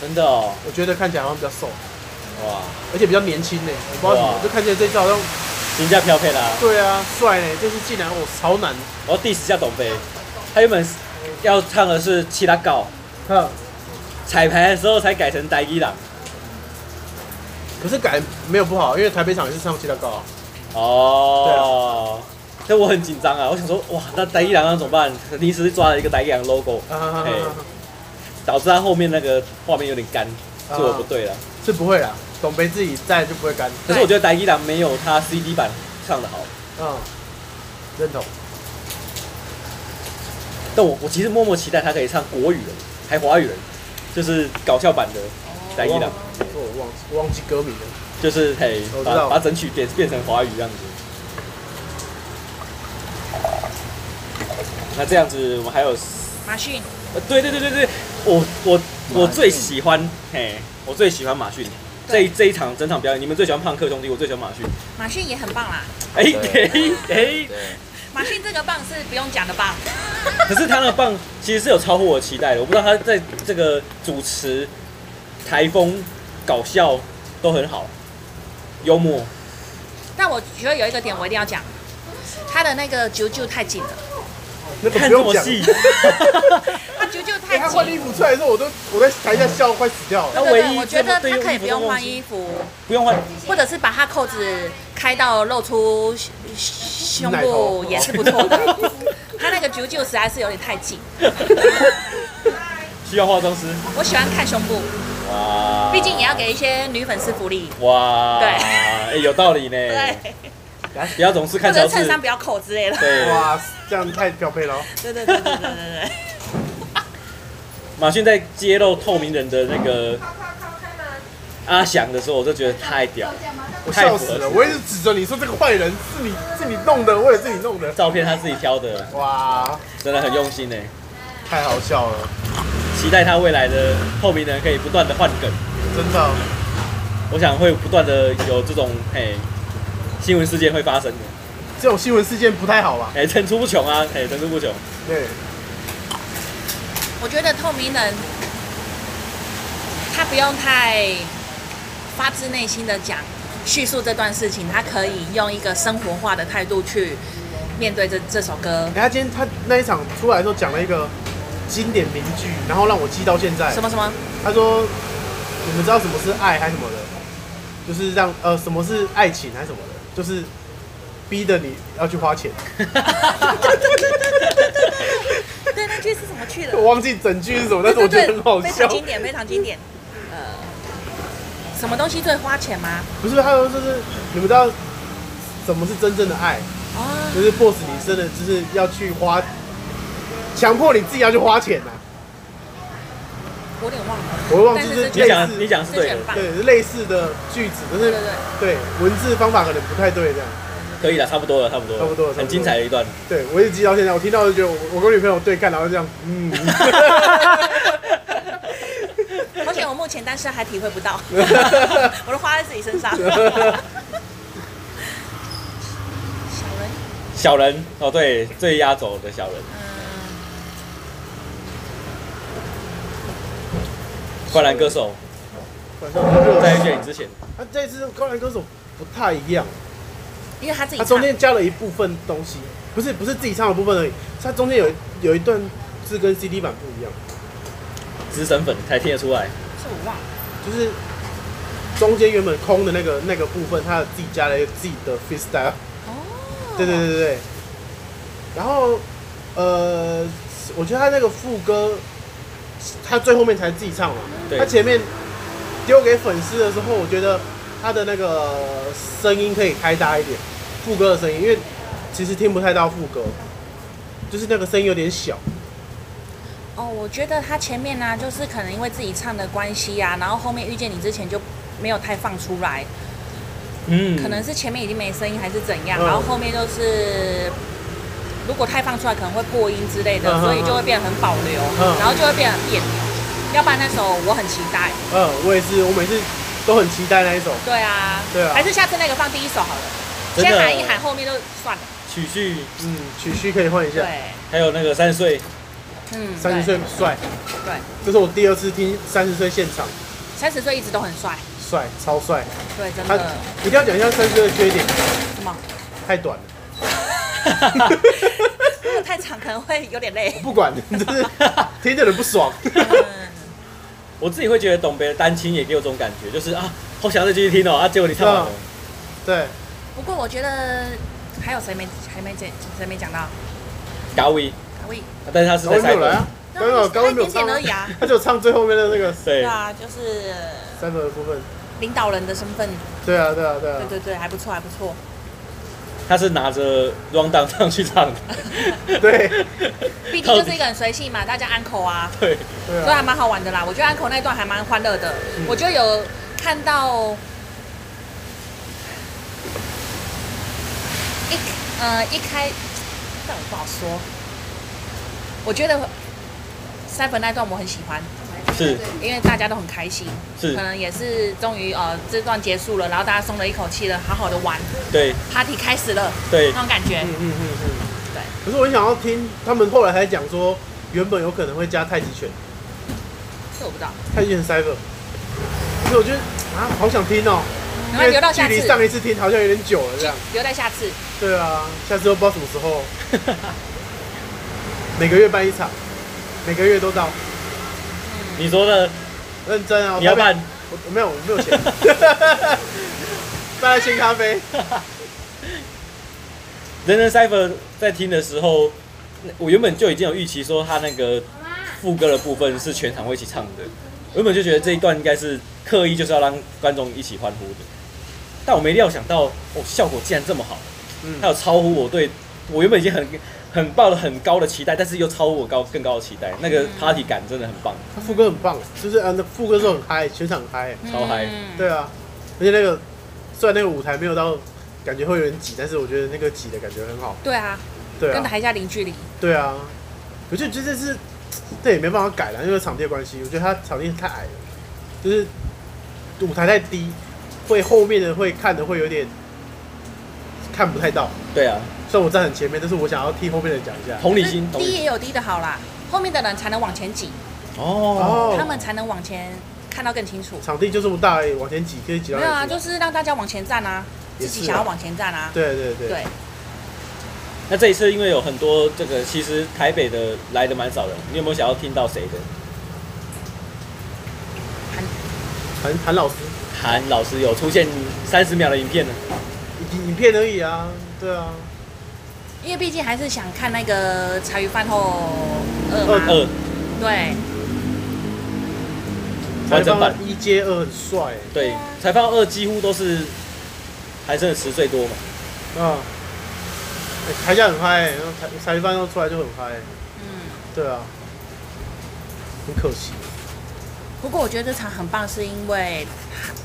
[SPEAKER 2] 真的哦，
[SPEAKER 4] 我觉得看起来好像比较瘦，
[SPEAKER 2] 哇，
[SPEAKER 4] 而且比较年轻呢、我不知道怎么，
[SPEAKER 2] 哇
[SPEAKER 4] 就看起来这次好像
[SPEAKER 2] 评价飘配啦。
[SPEAKER 4] 对啊，帅呢、这次竟然我超难，
[SPEAKER 2] 我要 diss 一下董飞，他原本要唱的是《七拉告
[SPEAKER 4] 哼，》，
[SPEAKER 2] 彩排的时候才改成台语啦。
[SPEAKER 4] 可是改没有不好，因为台北场也是唱其他高、啊。
[SPEAKER 2] 哦，但我很紧张啊，我想说，哇，那台语郎那怎么办？临时抓了一个台语郎 logo，
[SPEAKER 4] 啊
[SPEAKER 2] 哎，导致他后面那个画面有点干，
[SPEAKER 4] 啊
[SPEAKER 2] 是我不对了。
[SPEAKER 4] 是不会啦，董北自己在就不会干。
[SPEAKER 2] 可是我觉得台语郎没有他 CD 版唱的好，
[SPEAKER 4] 嗯，认同。
[SPEAKER 2] 但我我其实默默期待他可以唱国语人，还华语人，就是搞笑版
[SPEAKER 4] 哦
[SPEAKER 2] 的台语
[SPEAKER 4] 我忘
[SPEAKER 2] 郎
[SPEAKER 4] 了，我忘我忘记歌名了。
[SPEAKER 2] 就是嘿
[SPEAKER 4] 我，知
[SPEAKER 2] 把
[SPEAKER 4] 道
[SPEAKER 2] 把整曲变变成华语这样子。那这样子，我们还有
[SPEAKER 3] 马逊
[SPEAKER 2] 呃，对对对对对，我我我
[SPEAKER 5] 马
[SPEAKER 2] 最
[SPEAKER 5] 逊
[SPEAKER 2] 喜欢，嘿，我最喜欢马逊。这
[SPEAKER 3] 对
[SPEAKER 2] 一这一场整场表演，你们最喜欢胖克兄弟，我最喜欢马逊。
[SPEAKER 3] 马逊也很棒啦，
[SPEAKER 2] 哎
[SPEAKER 5] 对
[SPEAKER 2] 哎哎，
[SPEAKER 5] 对，
[SPEAKER 3] 马逊这个棒是不用讲的棒。
[SPEAKER 2] 可是他那个棒其实是有超乎我期待的，我不知道他在这个主持、台风、搞笑都很好，幽默。
[SPEAKER 3] 但我觉得有一个点我一定要讲，他的那个啾啾太紧了，
[SPEAKER 4] 那个
[SPEAKER 2] 看
[SPEAKER 4] 不
[SPEAKER 2] 这
[SPEAKER 4] 用
[SPEAKER 2] 么
[SPEAKER 4] 讲，
[SPEAKER 2] 细，
[SPEAKER 3] 他啾啾
[SPEAKER 4] 哎
[SPEAKER 3] 太
[SPEAKER 4] 他刚换衣服出来的时候，我都我在台下笑快死掉了。
[SPEAKER 2] 那
[SPEAKER 3] 对对
[SPEAKER 2] 唯
[SPEAKER 3] 对，
[SPEAKER 2] 一
[SPEAKER 3] 我觉得
[SPEAKER 2] 这
[SPEAKER 3] 他
[SPEAKER 2] 么
[SPEAKER 3] 可以不用换
[SPEAKER 2] 对
[SPEAKER 3] 衣服，
[SPEAKER 2] 不用换，
[SPEAKER 3] 或者是把他扣子开到露出胸胸
[SPEAKER 4] 奶
[SPEAKER 3] 部
[SPEAKER 4] 头
[SPEAKER 3] 也是不错的。他那个啾啾实在是有点太紧，
[SPEAKER 2] 需要化妆师。
[SPEAKER 3] 我喜欢看胸部，
[SPEAKER 2] 哇，
[SPEAKER 3] 毕竟也要给一些女粉丝福利。
[SPEAKER 2] 哇，
[SPEAKER 3] 对
[SPEAKER 2] 哎有道理呢。
[SPEAKER 3] 对，
[SPEAKER 2] 不要总是
[SPEAKER 3] 或
[SPEAKER 2] 看
[SPEAKER 3] 者
[SPEAKER 2] 小
[SPEAKER 3] 衬
[SPEAKER 2] 事。
[SPEAKER 3] 衫不要扣之类的。
[SPEAKER 2] 对，
[SPEAKER 4] 哇，这样太标配了哦。
[SPEAKER 3] 对对对对对对对。
[SPEAKER 2] 马逊在揭露透明人的那个阿翔的时候，我就觉得太屌了，
[SPEAKER 4] 我
[SPEAKER 2] 太
[SPEAKER 4] 笑
[SPEAKER 2] 符
[SPEAKER 4] 死
[SPEAKER 2] 合
[SPEAKER 4] 了，
[SPEAKER 2] 事
[SPEAKER 4] 我一直指着你说这个坏人是你是你弄的，我也是你弄的。
[SPEAKER 2] 照片他自己挑的，
[SPEAKER 4] 哇，
[SPEAKER 2] 真的很用心呢。
[SPEAKER 4] 太好笑了，
[SPEAKER 2] 期待他未来的透明人可以不断的换梗，
[SPEAKER 4] 真的。
[SPEAKER 2] 我想会不断的有这种嘿新闻事件会发生的，
[SPEAKER 4] 这种新闻事件不太好吧？哎
[SPEAKER 2] 哎层出不穷啊，哎层出不穷。
[SPEAKER 4] 对，
[SPEAKER 3] 我觉得透明人，他不用太发自内心的讲叙述这段事情，他可以用一个生活化的态度去面对这这首歌
[SPEAKER 4] 哎。他今天他那一场出来的时候讲了一个经典名句，然后让我记到现在
[SPEAKER 3] 什。么什 么？
[SPEAKER 4] 他说：“你们知道什么是爱还是什么的？就是让呃什么是爱情还是什么的？就是逼着你要去花钱。
[SPEAKER 3] 对，那句是什么去的？
[SPEAKER 4] 我忘记整句是什么，但是我觉
[SPEAKER 3] 对
[SPEAKER 4] 得
[SPEAKER 3] 对
[SPEAKER 4] 很好
[SPEAKER 3] 非
[SPEAKER 4] 笑
[SPEAKER 3] 常。经典，非常经典。呃，什么东西最花钱吗？
[SPEAKER 4] 不是，他说就是你们知道什么是真正的爱？
[SPEAKER 3] 哦，
[SPEAKER 4] 就是 boss 你真的就是要去花，强迫你自己要去花钱呐、
[SPEAKER 3] 我有点忘了。
[SPEAKER 4] 我忘记
[SPEAKER 3] 但
[SPEAKER 4] 是
[SPEAKER 2] 你
[SPEAKER 3] 这句
[SPEAKER 4] 类
[SPEAKER 2] 讲
[SPEAKER 4] 似
[SPEAKER 2] 你讲是
[SPEAKER 3] 这
[SPEAKER 2] 对
[SPEAKER 3] 句
[SPEAKER 2] 的
[SPEAKER 3] 很，棒。
[SPEAKER 4] 对类似的句子，但
[SPEAKER 3] 对
[SPEAKER 4] 是
[SPEAKER 3] 对对，
[SPEAKER 4] 对文字方法可能不太对这样。
[SPEAKER 2] 可以了，差不多了，差不多了，
[SPEAKER 4] 差不多了差不多了
[SPEAKER 2] 很精彩的一 段。
[SPEAKER 4] 对我一直记到现在，我听到就觉得我我跟我女朋友对干，然后就这样，嗯，
[SPEAKER 3] 而且我目前单身还体会不到， 我都花在自己身上。小人，
[SPEAKER 2] 小人哦，对，最压轴的小人，
[SPEAKER 3] 嗯，
[SPEAKER 2] 灌篮歌手，
[SPEAKER 4] 晚上好热。
[SPEAKER 2] 在遇见你之前，
[SPEAKER 4] 他这次《灌篮歌手》不太一样，
[SPEAKER 3] 因为他自己
[SPEAKER 4] 他
[SPEAKER 3] 唱，
[SPEAKER 4] 中间加了一部分东西，不是不是自己唱的部分而已，是他中间有有一段是跟 CD 版不一样，
[SPEAKER 2] 资深粉才听得出来。
[SPEAKER 3] 是我忘了，
[SPEAKER 4] 就是中间原本空的那个那个部分，他有自己加了一个自己的 freestyle。
[SPEAKER 3] 哦，
[SPEAKER 4] 对对对对对。然后，呃，我觉得他那个副歌，他最后面才自己唱嘛。
[SPEAKER 2] 对
[SPEAKER 4] 他前面丢给粉丝的时候，我觉得他的那个声音可以开大一点，副歌的声音，因为其实听不太到副歌，就是那个声音有点小。
[SPEAKER 3] 哦，我觉得他前面呢、就是可能因为自己唱的关系啊，然后后面遇见你之前就没有太放出来，
[SPEAKER 2] 嗯，
[SPEAKER 3] 可能是前面已经没声音还是怎样，
[SPEAKER 4] 嗯
[SPEAKER 3] 然后后面就是如果太放出来可能会过音之类的，
[SPEAKER 4] 嗯嗯嗯
[SPEAKER 3] 所以就会变得很保留，
[SPEAKER 4] 嗯
[SPEAKER 3] 然后就会变得很别扭。要不然那首我很期待，
[SPEAKER 4] 嗯，我也是，我每次都很期待那一首。
[SPEAKER 3] 对啊，
[SPEAKER 4] 对啊
[SPEAKER 3] 还是下次那个放第一首好了，
[SPEAKER 2] 真的
[SPEAKER 3] 先喊一喊，后面就算了。
[SPEAKER 2] 曲序，
[SPEAKER 4] 嗯，曲序可以换一
[SPEAKER 3] 对
[SPEAKER 4] 下。，
[SPEAKER 2] 还有那个三十岁，
[SPEAKER 3] 嗯，
[SPEAKER 4] 三十岁帅，
[SPEAKER 3] 对，
[SPEAKER 4] 这是我第二次听三十岁现场，
[SPEAKER 3] 三十岁一直都很帅，
[SPEAKER 4] 帅，超帅。
[SPEAKER 3] 对，真
[SPEAKER 4] 他
[SPEAKER 3] 的，
[SPEAKER 4] 一定要讲一下三十岁的缺点，
[SPEAKER 3] 什 么？
[SPEAKER 4] 太短了。
[SPEAKER 3] 如果太长可能会有点 累。
[SPEAKER 4] 不管，就是听的人 不爽。
[SPEAKER 3] 嗯
[SPEAKER 2] 我自己会觉得董北的单亲也给我这种感觉，就是啊，好想再继续听哦，啊，结果你唱完了
[SPEAKER 4] 对，对，
[SPEAKER 3] 不过我觉得还有谁没还没讲谁没讲到？
[SPEAKER 2] 嘎威，
[SPEAKER 3] 卡位
[SPEAKER 2] 但是他是
[SPEAKER 4] 高
[SPEAKER 2] 在
[SPEAKER 4] 温啊没
[SPEAKER 2] 赛后
[SPEAKER 3] 那
[SPEAKER 4] 有来啊，刚好
[SPEAKER 3] 他
[SPEAKER 4] 高温没有
[SPEAKER 3] 一点
[SPEAKER 4] 唱
[SPEAKER 3] 点而已啊
[SPEAKER 4] 他就唱最后面的那个
[SPEAKER 2] 对
[SPEAKER 3] 对，啊，就是
[SPEAKER 4] 三分的部分。
[SPEAKER 3] 领导人的身份，
[SPEAKER 4] 对啊，对啊，对啊
[SPEAKER 3] 对。对对，还不错还不错。
[SPEAKER 2] 他是拿着 round down 上去唱的，
[SPEAKER 4] 对
[SPEAKER 3] 毕竟就是一个很随性嘛，大家安口啊，
[SPEAKER 2] 对，
[SPEAKER 4] 对
[SPEAKER 3] 所以
[SPEAKER 4] 啊，
[SPEAKER 3] 还蛮好玩的啦。我觉得安口那一段还蛮欢乐的，
[SPEAKER 4] 嗯
[SPEAKER 3] 我觉得有看到一呃一开，但我不好说。我觉得三粉那段我很喜欢，
[SPEAKER 4] 嗯
[SPEAKER 2] 是
[SPEAKER 3] 因为大家都很开心，
[SPEAKER 2] 是
[SPEAKER 3] 可能也是终于呃这段结束了，然后大家松了一口气了，好好的玩
[SPEAKER 2] 对
[SPEAKER 3] ，party 开始了
[SPEAKER 2] 对
[SPEAKER 3] 那，种感觉
[SPEAKER 4] 嗯。嗯嗯嗯。
[SPEAKER 3] 对，
[SPEAKER 4] 可是我很想要听他们后来还讲说，原本有可能会加太极拳，
[SPEAKER 3] 这我不知道，
[SPEAKER 4] 太极拳 cyber。可是我觉得啊，好想听哦，因
[SPEAKER 3] 然后
[SPEAKER 4] 为
[SPEAKER 3] 留到
[SPEAKER 4] 距
[SPEAKER 3] 下
[SPEAKER 4] 离
[SPEAKER 3] 次，
[SPEAKER 4] 上一次听好像有点久了这样。
[SPEAKER 3] 留在下次。
[SPEAKER 4] 对啊，下次都不知道什么时候，每个月办一场，每个月都到。
[SPEAKER 2] 你说的
[SPEAKER 4] 认真啊！
[SPEAKER 2] 你要
[SPEAKER 4] 我台
[SPEAKER 2] 办
[SPEAKER 4] 北，我我没有，我没有钱。 大家先咖啡，
[SPEAKER 2] 人人 Cipher 在听的时候，我原本就已经有预期说他那个副歌的部分是全场会一起唱的，我原本就觉得这一段应该是刻意就是要让观众一起欢呼的，但我没料想到哦，效果竟然这么好，
[SPEAKER 4] 嗯
[SPEAKER 2] 还有超乎我对我原本已经很很抱了很高的期待，但是又超乎我高更高的期待，那个 party 感真的很棒，
[SPEAKER 4] 他副歌很棒，就是啊，那副歌是很嗨，全场嗨。
[SPEAKER 2] 超嗨
[SPEAKER 3] 嗯
[SPEAKER 4] 对啊，而且那个虽然那个舞台没有到，感觉会有点挤，但是我觉得那个挤的感觉很好。
[SPEAKER 3] 对啊，
[SPEAKER 4] 对
[SPEAKER 3] 跟
[SPEAKER 4] 啊，
[SPEAKER 3] 台下零距离，
[SPEAKER 4] 对啊，我就觉得这是这也没办法改了，因为场地的关系，我觉得它场地太矮了，就是舞台太低，会后面的会看的会有点看不太到。
[SPEAKER 2] 对啊，
[SPEAKER 4] 虽然我站很前面，但是我想要替后面的人讲一下。
[SPEAKER 2] 同理心，同理
[SPEAKER 3] 呃低
[SPEAKER 2] 心
[SPEAKER 3] 也有低的好啦，后面的人才能往前挤，
[SPEAKER 2] 哦，
[SPEAKER 4] 哦
[SPEAKER 3] 他们才能往前看到更清楚。
[SPEAKER 4] 场地就这么大而已，往前挤可以挤到
[SPEAKER 3] 没
[SPEAKER 4] 哪
[SPEAKER 3] 有
[SPEAKER 4] 里
[SPEAKER 3] 啊，
[SPEAKER 4] 去
[SPEAKER 3] 就是让大家往前站啊，
[SPEAKER 4] 也
[SPEAKER 3] 自
[SPEAKER 4] 是啊
[SPEAKER 3] 己想要往前站啊。
[SPEAKER 4] 对对对
[SPEAKER 3] 对，
[SPEAKER 2] 那这一次因为有很多这个，其实台北的来的蛮少的，你有没有想要听到谁的？
[SPEAKER 4] 韩韩老师
[SPEAKER 2] 韩老师有出现三十秒的影片呢，
[SPEAKER 4] 影影片而已啊，对啊，
[SPEAKER 3] 因为毕竟还是想看那个茶余饭后二
[SPEAKER 2] 二
[SPEAKER 3] 嘛。
[SPEAKER 2] 二
[SPEAKER 3] 对，
[SPEAKER 2] 完整版
[SPEAKER 4] 才放一接二很帅欸
[SPEAKER 2] 对，裁判二几乎都是韩胜的词最多嘛，
[SPEAKER 4] 啊，欸台下很嗨欸，然后台台一般都出来就很嗨欸，
[SPEAKER 3] 嗯。
[SPEAKER 4] 对啊，很可惜，
[SPEAKER 3] 不过我觉得这场很棒，是因为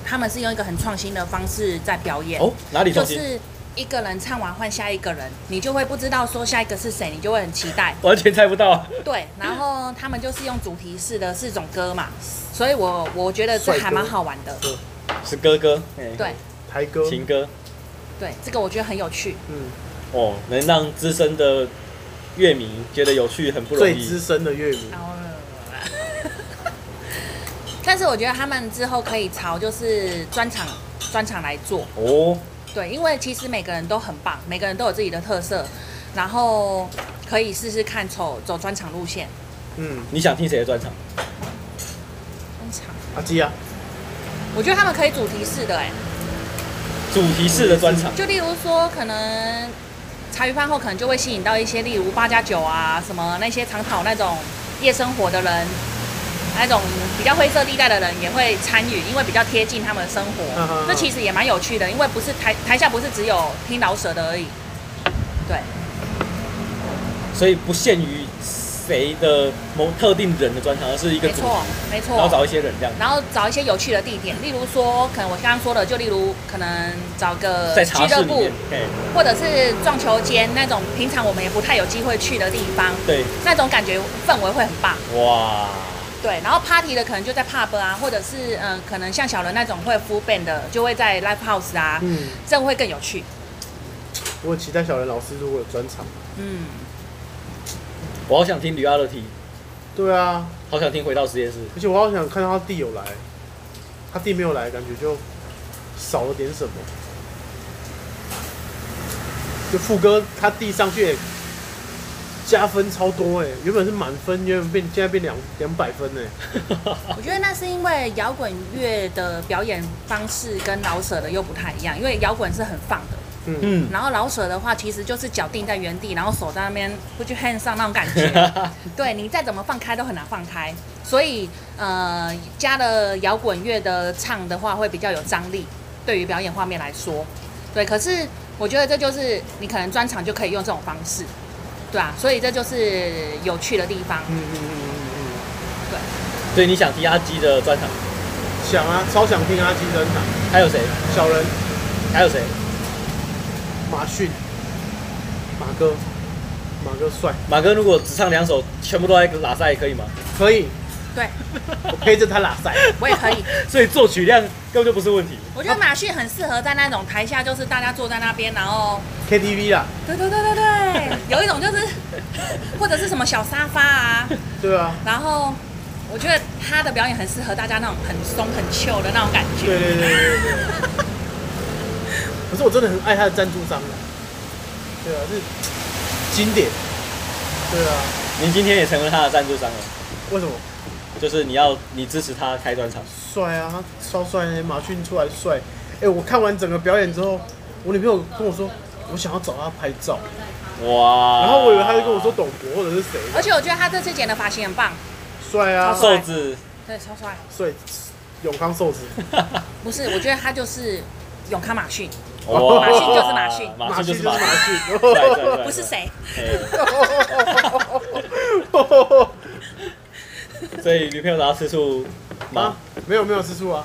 [SPEAKER 3] 他们是用一个很创新的方式在表演，
[SPEAKER 2] 哦，哪里
[SPEAKER 3] 就
[SPEAKER 2] 中心？
[SPEAKER 3] 是一个人唱完换下一个人，你就会不知道说下一个是谁，你就会很期待。
[SPEAKER 2] 完全猜不到啊，
[SPEAKER 3] 对，然后他们就是用主题式的四种歌嘛，所以我我觉得这
[SPEAKER 4] 帅
[SPEAKER 3] 还
[SPEAKER 4] 哥
[SPEAKER 3] 蛮好玩的。
[SPEAKER 2] 是哥哥，哎
[SPEAKER 3] 对
[SPEAKER 4] 台哥，
[SPEAKER 2] 情歌
[SPEAKER 3] 对，这个我觉得很有趣。
[SPEAKER 4] 嗯，
[SPEAKER 2] 哦，能让资深的乐迷觉得有趣很不容
[SPEAKER 4] 最资
[SPEAKER 2] 易，
[SPEAKER 4] 深的乐迷，
[SPEAKER 3] 然后， 但是我觉得他们之后可以朝就是专场专场来做，
[SPEAKER 2] 哦，
[SPEAKER 3] 对，因为其实每个人都很棒，每个人都有自己的特色，然后可以试试看走走专场路线。
[SPEAKER 4] 嗯，
[SPEAKER 2] 你想听谁的专场？
[SPEAKER 3] 专场，
[SPEAKER 4] 阿基啊，
[SPEAKER 3] 我觉得他们可以主题式的、欸，哎，
[SPEAKER 2] 主题式的专场，
[SPEAKER 3] 就例如说可能。茶余饭后可能就会吸引到一些，例如八加九啊，什么那些常跑那种夜生活的人，那种比较灰色地带的人也会参与，因为比较贴近他们的生活。
[SPEAKER 4] 嗯嗯嗯
[SPEAKER 3] 这其实也蛮有趣的，因为不是台台下不是只有听老舍的而已。对，嗯
[SPEAKER 2] 所以不限于谁的某特定人的专场，而是一个
[SPEAKER 3] 没
[SPEAKER 2] 主
[SPEAKER 3] 错嗯
[SPEAKER 2] 题，，
[SPEAKER 3] 没错。
[SPEAKER 2] 然后找一些人这样。
[SPEAKER 3] 然后找一些有趣的地点，例如说，可能我刚刚说的，就例如可能找个
[SPEAKER 2] 在
[SPEAKER 3] 俱
[SPEAKER 2] 茶
[SPEAKER 3] 乐
[SPEAKER 2] 室里
[SPEAKER 3] 部
[SPEAKER 2] 面，，哎，
[SPEAKER 3] 或者是撞球间那种平常我们也不太有机会去的地方，
[SPEAKER 2] 对，
[SPEAKER 3] 那种感觉氛围会很棒。
[SPEAKER 2] 哇，
[SPEAKER 3] 对，然后 party 的可能就在 pub 啊，或者是嗯、呃可能像小人那种会 full band 的，就会在 live house 啊，
[SPEAKER 4] 嗯，
[SPEAKER 3] 这样会更有趣。
[SPEAKER 4] 我很期待小人老师如果有专场，
[SPEAKER 3] 嗯，
[SPEAKER 2] 我好想听吕阿乐提，
[SPEAKER 4] 对啊，
[SPEAKER 2] 好想听回到实验室。
[SPEAKER 4] 而且我好想看到他弟有来，他弟没有来，感觉就少了点什么。就副歌他弟上去也加分超多哎、原本是满分，原本变现在变两两百分哎、
[SPEAKER 3] 我觉得那是因为摇滚乐的表演方式跟老舍的又不太一样，因为摇滚是很放的。
[SPEAKER 4] 嗯，
[SPEAKER 2] 嗯，
[SPEAKER 3] 然后老舍的话，其实就是脚定在原地，然后手在那边不去 hand 上那种感觉。对你再怎么放开都很难放开，所以呃，加了摇滚乐的唱的话，会比较有张力，对于表演画面来说。对，可是我觉得这就是你可能专场就可以用这种方式，对啊，所以这就是有趣的地方。
[SPEAKER 4] 嗯嗯嗯嗯
[SPEAKER 2] 所以你想听阿基的专场，
[SPEAKER 4] 嗯，想啊，超想听阿基专场，
[SPEAKER 2] 还有谁？
[SPEAKER 4] 小人
[SPEAKER 2] 还有谁？
[SPEAKER 4] 马逊，马哥，马哥帅，
[SPEAKER 2] 马哥如果只唱两首，全部都在拉塞可以吗？
[SPEAKER 4] 可以，
[SPEAKER 3] 对
[SPEAKER 4] 我陪着他拉塞，
[SPEAKER 3] 我也可以，
[SPEAKER 2] 所以作曲量根本就不是问题。
[SPEAKER 3] 我觉得马旭很适合在那种台下，就是大家坐在那边，然后嗯
[SPEAKER 4] KTV 啦，
[SPEAKER 3] 对对对对对，有一种就是或者是什么小沙发啊。
[SPEAKER 4] 对啊，
[SPEAKER 3] 然后嗯我觉得他的表演很适合大家那种很松很 chill 的那种感觉。
[SPEAKER 4] 对对对对对。可是我真的很爱他的赞助商啊对啊，是经典。对啊，啊
[SPEAKER 2] 您今天也成为他的赞助商了，
[SPEAKER 4] 为什么？
[SPEAKER 2] 就是你要你支持他开专场，
[SPEAKER 4] 帅啊，他超帅的，马俊出来帅。哎、我看完整个表演之后，我女朋友跟我说，我想要找他拍照，
[SPEAKER 2] 哇！
[SPEAKER 4] 然后我以为他在跟我说董博或者是谁，
[SPEAKER 3] 而且我觉得他这次剪的发型很棒，
[SPEAKER 4] 帅啊，
[SPEAKER 2] 瘦 子，
[SPEAKER 3] 对，超帅。
[SPEAKER 4] 帅，永康瘦子，
[SPEAKER 3] 不是，我觉得他就是永康马逊，
[SPEAKER 2] 哇
[SPEAKER 4] 马逊
[SPEAKER 3] 就是马逊
[SPEAKER 2] 马逊
[SPEAKER 4] 逊
[SPEAKER 2] 就是
[SPEAKER 4] 就
[SPEAKER 2] 马
[SPEAKER 4] 是
[SPEAKER 2] 逊，对
[SPEAKER 4] 马
[SPEAKER 2] 对
[SPEAKER 4] 逊。
[SPEAKER 2] 对
[SPEAKER 3] 不是谁。
[SPEAKER 2] 哎
[SPEAKER 4] 哦
[SPEAKER 2] 所以女朋友找他吃醋
[SPEAKER 4] 啊
[SPEAKER 2] 吗？，
[SPEAKER 4] 没有没有吃醋啊，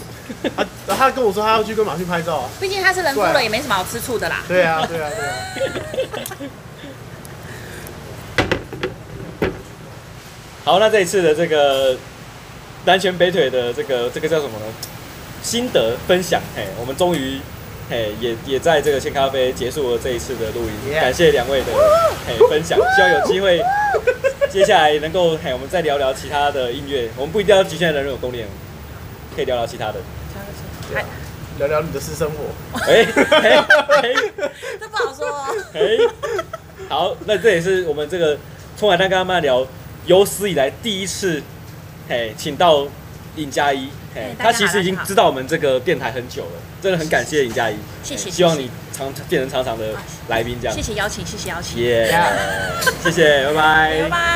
[SPEAKER 4] 他他跟我说他要去跟马逊拍照啊，
[SPEAKER 3] 毕竟他是人夫
[SPEAKER 4] 对啊
[SPEAKER 3] 了，也没什么好吃醋的啦。
[SPEAKER 4] 对啊对啊 对啊，
[SPEAKER 2] 好，那这一次的这个南拳北腿的这个这个叫什么呢？心得分享，嘿，我们终于，嘿，也也在这个千咖啡结束了这一次的录音
[SPEAKER 4] Yeah
[SPEAKER 2] 感谢两位的嘿分享，希望有机会接下来能够嘿，我们再聊聊其他的音乐，我们不一定要局限在人有攻略，可以聊聊其他的，
[SPEAKER 4] 聊聊你的私生活，
[SPEAKER 2] 哎哎哎
[SPEAKER 3] 这不好说哦。
[SPEAKER 2] 哎，好，那这也是我们这个冲海蛋干妈聊有史以来第一次，嘿，请到尹佳一，嘿
[SPEAKER 3] 哎，
[SPEAKER 2] 他
[SPEAKER 3] 大家
[SPEAKER 2] 其
[SPEAKER 3] 好
[SPEAKER 2] 实已经知道我们这个电台很久了，真的很感谢尹佳一，
[SPEAKER 3] 谢谢
[SPEAKER 2] 嘿
[SPEAKER 3] 谢谢啊
[SPEAKER 2] 希望你常变成常常的来宾这样
[SPEAKER 3] 谢，谢邀请，谢谢邀请。
[SPEAKER 2] 耶，谢谢，拜拜，
[SPEAKER 3] 拜拜。